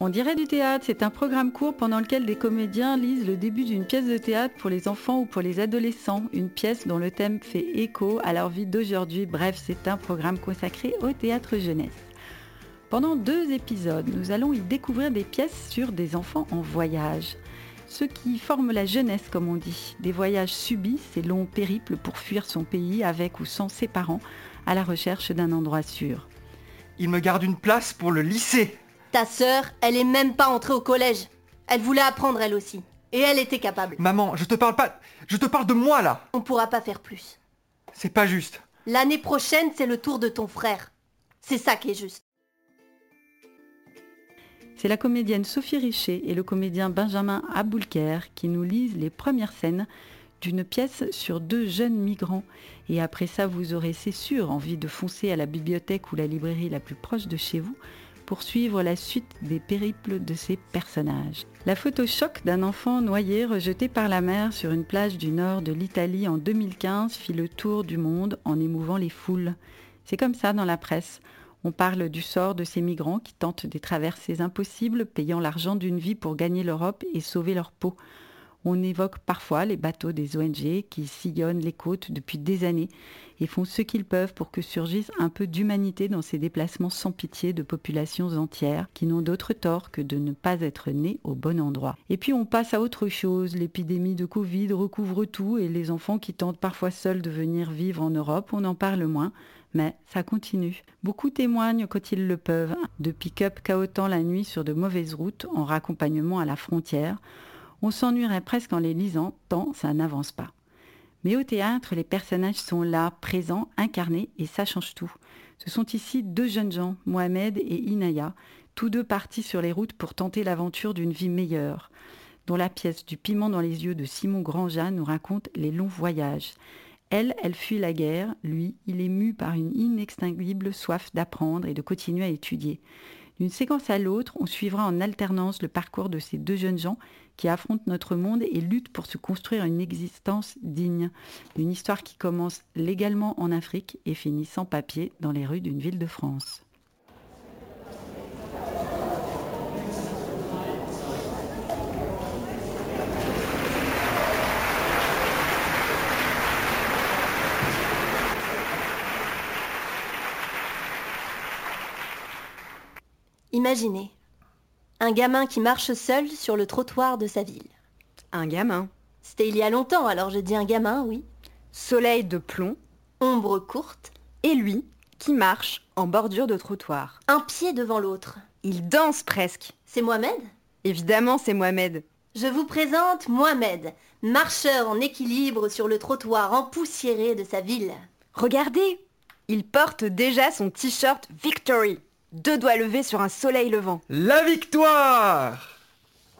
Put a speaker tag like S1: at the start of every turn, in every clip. S1: On dirait du théâtre, c'est un programme court pendant lequel des comédiens lisent le début d'une pièce de théâtre pour les enfants ou pour les adolescents, une pièce dont le thème fait écho à leur vie d'aujourd'hui. Bref, c'est un programme consacré au théâtre jeunesse. Pendant deux épisodes, nous allons y découvrir des pièces sur des enfants en voyage. Ceux qui forment la jeunesse, comme on dit, des voyages subis, ces longs périples pour fuir son pays avec ou sans ses parents, à la recherche d'un endroit sûr.
S2: Il me garde une place pour le lycée.
S3: Ta sœur, elle est même pas entrée au collège. Elle voulait apprendre elle aussi. Et elle était capable.
S2: Maman, je te parle pas. Je te parle de moi là.
S3: On pourra pas faire plus.
S2: C'est pas juste.
S3: L'année prochaine, c'est le tour de ton frère. C'est ça qui est juste.
S1: C'est la comédienne Sophie Richer et le comédien Benjamin Aboulker qui nous lisent les premières scènes d'une pièce sur deux jeunes migrants. Et après ça, vous aurez, c'est sûr, envie de foncer à la bibliothèque ou la librairie la plus proche de chez vous pour suivre la suite des périples de ces personnages. La photo choc d'un enfant noyé rejeté par la mer sur une plage du nord de l'Italie en 2015 fit le tour du monde en émouvant les foules. C'est comme ça dans la presse. On parle du sort de ces migrants qui tentent des traversées impossibles, payant l'argent d'une vie pour gagner l'Europe et sauver leur peau. On évoque parfois les bateaux des ONG qui sillonnent les côtes depuis des années et font ce qu'ils peuvent pour que surgisse un peu d'humanité dans ces déplacements sans pitié de populations entières qui n'ont d'autre tort que de ne pas être nées au bon endroit. Et puis on passe à autre chose, l'épidémie de Covid recouvre tout et les enfants qui tentent parfois seuls de venir vivre en Europe, on en parle moins, mais ça continue. Beaucoup témoignent quand ils le peuvent, de pick-up cahotant la nuit sur de mauvaises routes en raccompagnement à la frontière. On s'ennuierait presque en les lisant, tant ça n'avance pas. Mais au théâtre, les personnages sont là, présents, incarnés, et ça change tout. Ce sont ici deux jeunes gens, Mohamed et Inaya, tous deux partis sur les routes pour tenter l'aventure d'une vie meilleure, dont la pièce du piment dans les yeux de Simon Grandjean nous raconte les longs voyages. Elle, elle fuit la guerre, lui, il est mu par une inextinguible soif d'apprendre et de continuer à étudier. D'une séquence à l'autre, on suivra en alternance le parcours de ces deux jeunes gens qui affrontent notre monde et luttent pour se construire une existence digne. Une histoire qui commence légalement en Afrique et finit sans papier dans les rues d'une ville de France.
S3: Imaginez, un gamin qui marche seul sur le trottoir de sa ville.
S4: Un gamin.
S3: C'était il y a longtemps, alors je dis un gamin, oui.
S4: Soleil de plomb.
S3: Ombre courte,
S4: Et lui, qui marche en bordure de trottoir.
S3: un pied devant l'autre.
S4: Il danse presque.
S3: C'est Mohamed
S4: Évidemment, c'est Mohamed.
S3: Je vous présente Mohamed, marcheur en équilibre sur le trottoir empoussiéré de sa ville.
S4: Regardez Il porte déjà son t-shirt Victory. Deux doigts levés sur un soleil levant.
S2: La victoire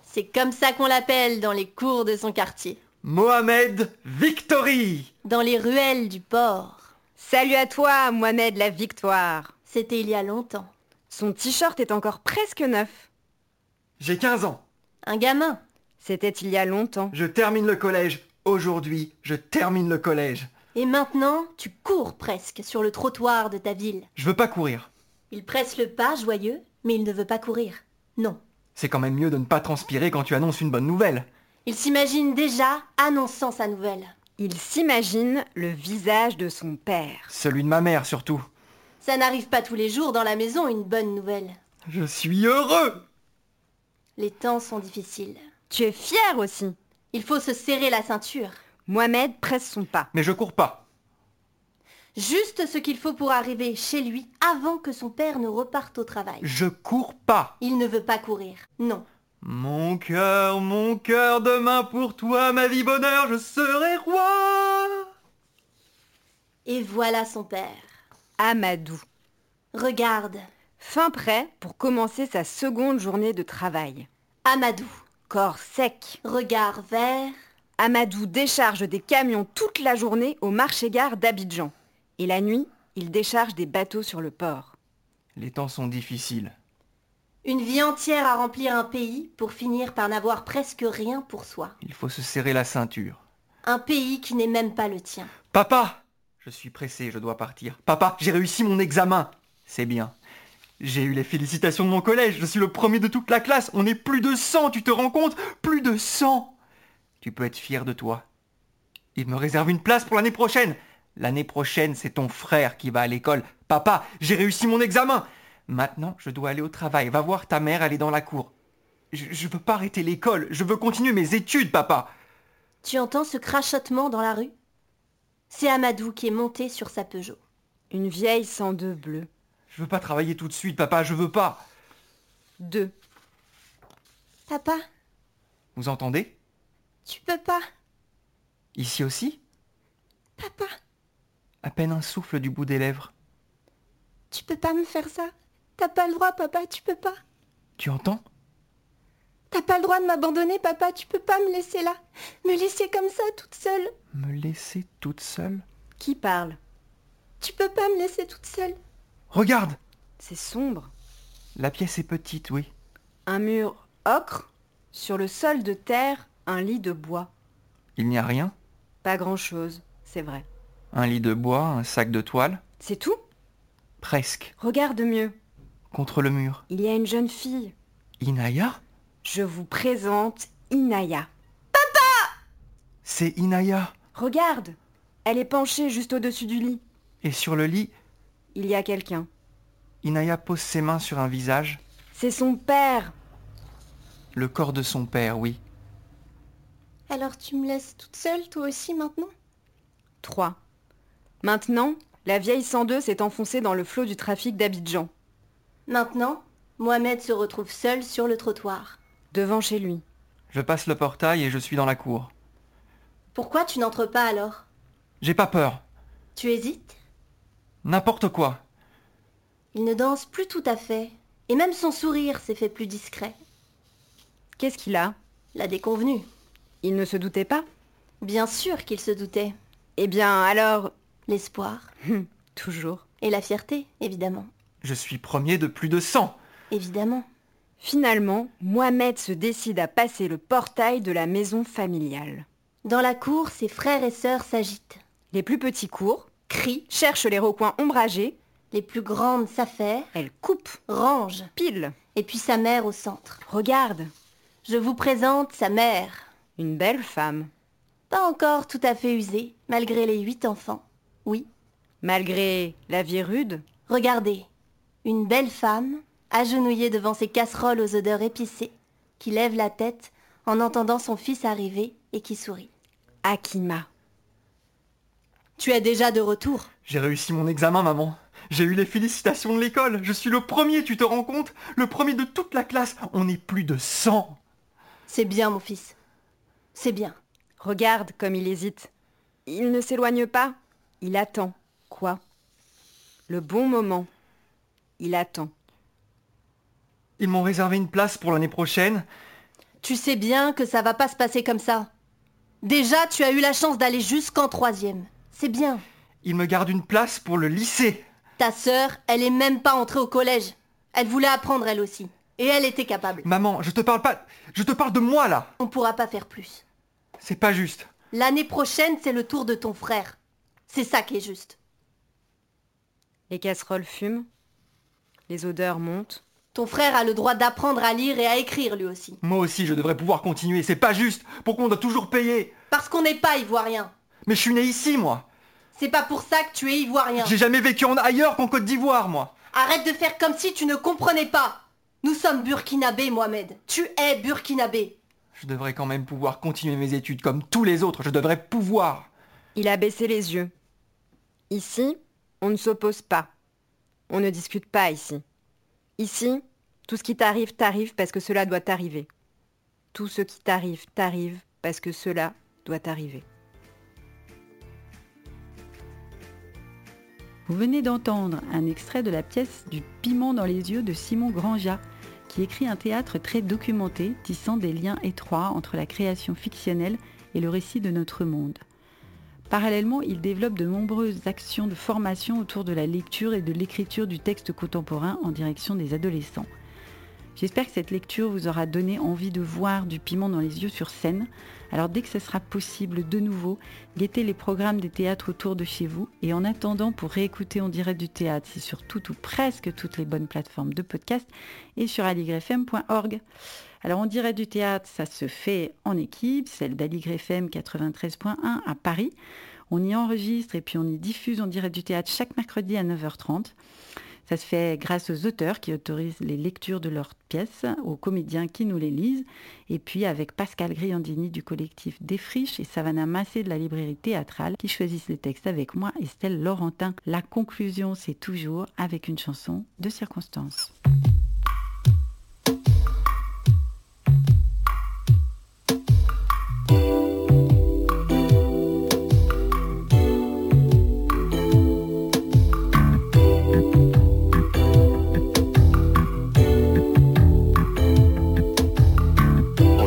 S3: C'est comme ça qu'on l'appelle dans les cours de son quartier,
S2: Mohamed Victory
S3: dans les ruelles du port.
S4: Salut à toi, Mohamed la victoire
S3: C'était il y a longtemps.
S4: Son t-shirt est encore presque neuf.
S2: J'ai 15 ans.
S3: Un gamin.
S4: C'était il y a longtemps.
S2: Je termine le collège. Aujourd'hui, je termine le collège.
S3: Et maintenant, tu cours presque sur le trottoir de ta ville.
S2: Je veux pas courir.
S3: Il presse le pas joyeux, mais il ne veut pas courir. Non.
S2: C'est quand même mieux de ne pas transpirer quand tu annonces une bonne nouvelle.
S3: Il s'imagine déjà annonçant sa nouvelle.
S4: Il s'imagine le visage de son père.
S2: Celui de ma mère surtout.
S3: Ça n'arrive pas tous les jours dans la maison une bonne nouvelle.
S2: Je suis heureux
S3: Les temps sont difficiles.
S4: Tu es fier aussi.
S3: Il faut se serrer la ceinture.
S4: Mohamed presse son pas.
S2: Mais je cours pas.
S3: Juste ce qu'il faut pour arriver chez lui avant que son père ne reparte au travail.
S2: Je cours pas.
S3: Il ne veut pas courir. Non.
S2: Mon cœur, mon cœur, demain pour toi, ma vie bonheur, je serai roi
S3: Et voilà son père.
S4: Amadou.
S3: Regarde,
S4: Fin prêt pour commencer sa seconde journée de travail.
S3: Amadou.
S4: Corps sec.
S3: Regard vert.
S4: Amadou décharge des camions toute la journée au marché-gare d'Abidjan. Et la nuit, il décharge des bateaux sur le port.
S2: Les temps sont difficiles.
S3: Une vie entière à remplir un pays pour finir par n'avoir presque rien pour soi.
S2: Il faut se serrer la ceinture.
S3: Un pays qui n'est même pas le tien.
S2: Papa Je suis pressé, je dois partir. Papa, j'ai réussi mon examen. C'est bien. J'ai eu les félicitations de mon collège, je suis le premier de toute la classe, on est plus de 100, tu te rends compte Plus de 100 Tu peux être fier de toi. Il me réserve une place pour l'année prochaine. L'année prochaine, c'est ton frère qui va à l'école. Papa, j'ai réussi mon examen. Maintenant, je dois aller au travail. Va voir ta mère, elle est dans la cour. Je, je veux pas arrêter l'école, je veux continuer mes études, papa.
S3: Tu entends ce crachotement dans la rue C'est Amadou qui est monté sur sa Peugeot.
S4: Une vieille 102 bleue.
S2: Je veux pas travailler tout de suite, papa, je veux pas.
S4: Deux.
S3: Papa,
S2: Vous entendez
S3: tu peux pas.
S2: Ici aussi
S3: Papa,
S2: À peine un souffle du bout des lèvres.
S3: tu peux pas me faire ça. T'as pas le droit, papa, tu peux pas.
S2: Tu entends
S3: T'as pas le droit de m'abandonner, papa, tu peux pas me laisser là. Me laisser comme ça, toute seule.
S2: Me laisser toute seule
S4: Qui parle
S3: Tu peux pas me laisser toute seule.
S2: Regarde
S4: C'est sombre.
S2: La pièce est petite, oui.
S4: Un mur ocre. Sur le sol de terre, un lit de bois.
S2: Il n'y a rien
S4: Pas grand-chose, c'est vrai.
S2: Un lit de bois, un sac de toile
S4: C'est tout
S2: Presque.
S4: Regarde mieux.
S2: Contre le mur.
S4: Il y a une jeune fille.
S2: Inaya
S4: Je vous présente Inaya.
S2: C'est Inaya.
S4: Regarde Elle est penchée juste au-dessus du lit.
S2: Et sur le lit,
S4: Il y a quelqu'un.
S2: Inaya pose ses mains sur un visage.
S4: C'est son père.
S2: Le corps de son père, oui.
S3: Alors tu me laisses toute seule, toi aussi, maintenant
S4: 3. Maintenant, la vieille 102 s'est enfoncée dans le flot du trafic d'Abidjan,
S3: Maintenant, Mohamed se retrouve seul sur le trottoir.
S4: devant chez lui.
S2: Je passe le portail et je suis dans la cour.
S3: Pourquoi tu n'entres pas alors
S2: J'ai pas peur.
S3: Tu hésites
S2: N'importe quoi.
S3: Il ne danse plus tout à fait. Et même son sourire s'est fait plus discret.
S4: Qu'est-ce qu'il a
S3: La déconvenue.
S4: Il ne se doutait pas
S3: Bien sûr qu'il se doutait.
S4: Eh bien, alors,
S3: L'espoir.
S4: toujours.
S3: Et la fierté, évidemment.
S2: Je suis premier de plus de 100.
S3: Évidemment.
S4: Finalement, Mohamed se décide à passer le portail de la maison familiale.
S3: Dans la cour, ses frères et sœurs s'agitent.
S4: Les plus petits courent,
S3: Crient.
S4: cherchent les recoins ombragés,
S3: Les plus grandes s'affairent.
S4: elle coupe,
S3: Range.
S4: pile.
S3: Et puis sa mère au centre.
S4: Regarde,
S3: Je vous présente sa mère.
S4: une belle femme.
S3: Pas encore tout à fait usée, malgré les huit enfants. Oui.
S4: Malgré la vie rude,
S3: Regardez. Une belle femme, agenouillée devant ses casseroles aux odeurs épicées, qui lève la tête en entendant son fils arriver et qui sourit.
S4: Akima.
S3: Tu es déjà de retour.
S2: J'ai réussi mon examen, maman. J'ai eu les félicitations de l'école. Je suis le premier, tu te rends compte Le premier de toute la classe. On est plus de 100.
S3: C'est bien, mon fils. C'est bien.
S4: Regarde comme il hésite. Il ne s'éloigne pas. Il attend. Quoi Le bon moment. Il attend.
S2: Ils m'ont réservé une place pour l'année prochaine.
S3: Tu sais bien que ça va pas se passer comme ça. Déjà, tu as eu la chance d'aller jusqu'en troisième. C'est bien.
S2: Ils me gardent une place pour le lycée.
S3: Ta sœur, elle est même pas entrée au collège. Elle voulait apprendre elle aussi. Et elle était capable.
S2: Maman, je te parle pas... Je te parle de moi, là.
S3: On pourra pas faire plus.
S2: C'est pas juste.
S3: L'année prochaine, c'est le tour de ton frère. C'est ça qui est juste.
S4: Les casseroles fument. Les odeurs montent.
S3: Ton frère a le droit d'apprendre à lire et à écrire lui aussi.
S2: Moi aussi, je devrais pouvoir continuer. C'est pas juste. Pourquoi on doit toujours payer
S3: Parce qu'on n'est pas ivoirien.
S2: Mais je suis né ici, moi.
S3: C'est pas pour ça que tu es ivoirien.
S2: J'ai jamais vécu en ailleurs qu'en Côte d'Ivoire, moi.
S3: Arrête de faire comme si tu ne comprenais pas. Nous sommes burkinabés, Mohamed. Tu es burkinabé.
S2: Je devrais quand même pouvoir continuer mes études comme tous les autres. Je devrais pouvoir.
S4: Il a baissé les yeux. Ici, on ne s'oppose pas. On ne discute pas ici. Ici, tout ce qui t'arrive t'arrive parce que cela doit t'arriver. Tout ce qui t'arrive t'arrive parce que cela doit t'arriver.
S1: Vous venez d'entendre un extrait de la pièce Du piment dans les yeux de Simon Grangia, qui écrit un théâtre très documenté, tissant des liens étroits entre la création fictionnelle et le récit de notre monde. Parallèlement, il développe de nombreuses actions de formation autour de la lecture et de l'écriture du texte contemporain en direction des adolescents. J'espère que cette lecture vous aura donné envie de voir du piment dans les yeux sur scène. Alors dès que ce sera possible de nouveau, guettez les programmes des théâtres autour de chez vous. Et en attendant, pour réécouter En direct du théâtre, c'est sur toutes ou presque toutes les bonnes plateformes de podcast et sur aligrefm.org. Alors On direct du théâtre, ça se fait en équipe, celle d'aligrefm 93.1 à Paris. On y enregistre et puis on y diffuse en direct du théâtre chaque mercredi à 9h30. Ça se fait grâce aux auteurs qui autorisent les lectures de leurs pièces, aux comédiens qui nous les lisent, et puis avec Pascal Griandini du collectif Des Friches et Savannah Massé de la librairie théâtrale qui choisissent les textes avec moi, Estelle Laurentin. La conclusion, c'est toujours avec une chanson de circonstance.
S5: On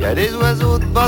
S5: Y a des oiseaux de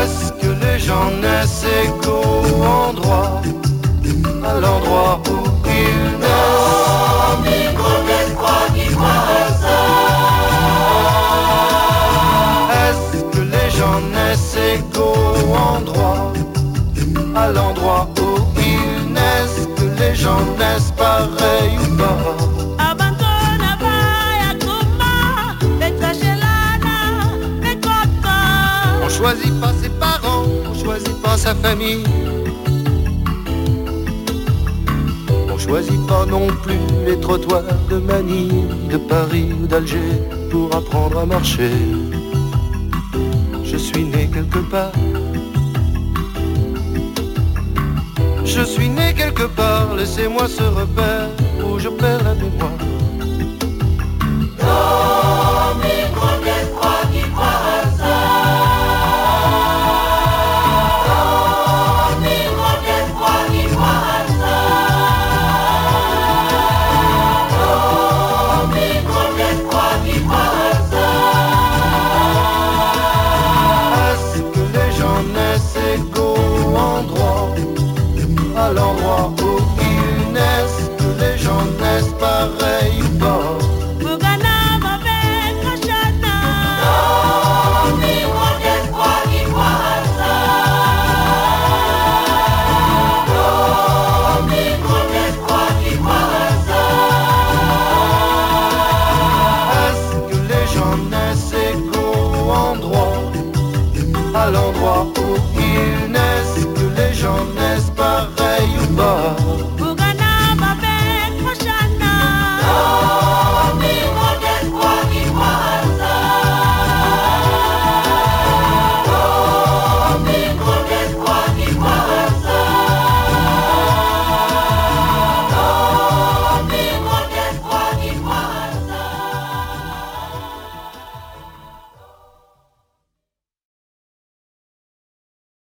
S5: Est-ce que les gens naissent égaux en droit à l'endroit où ils naissent Est-ce que les gens naissent égaux en droit à l'endroit où ils naissent Que les gens naissent pareils ou pas On choisit pas ses parents, on choisit pas sa famille. On choisit pas non plus les trottoirs de Manille, de Paris ou d'Alger pour apprendre à marcher. Je suis né quelque part. Je suis né quelque part, laissez-moi ce repère où je perds la mémoire. Est-ce que les gens naissent égaux en droit à l'endroit où ils naissent Que les gens naissent pareils ou pas Est-ce que les gens naissent égaux en droit à l'endroit où ils naissent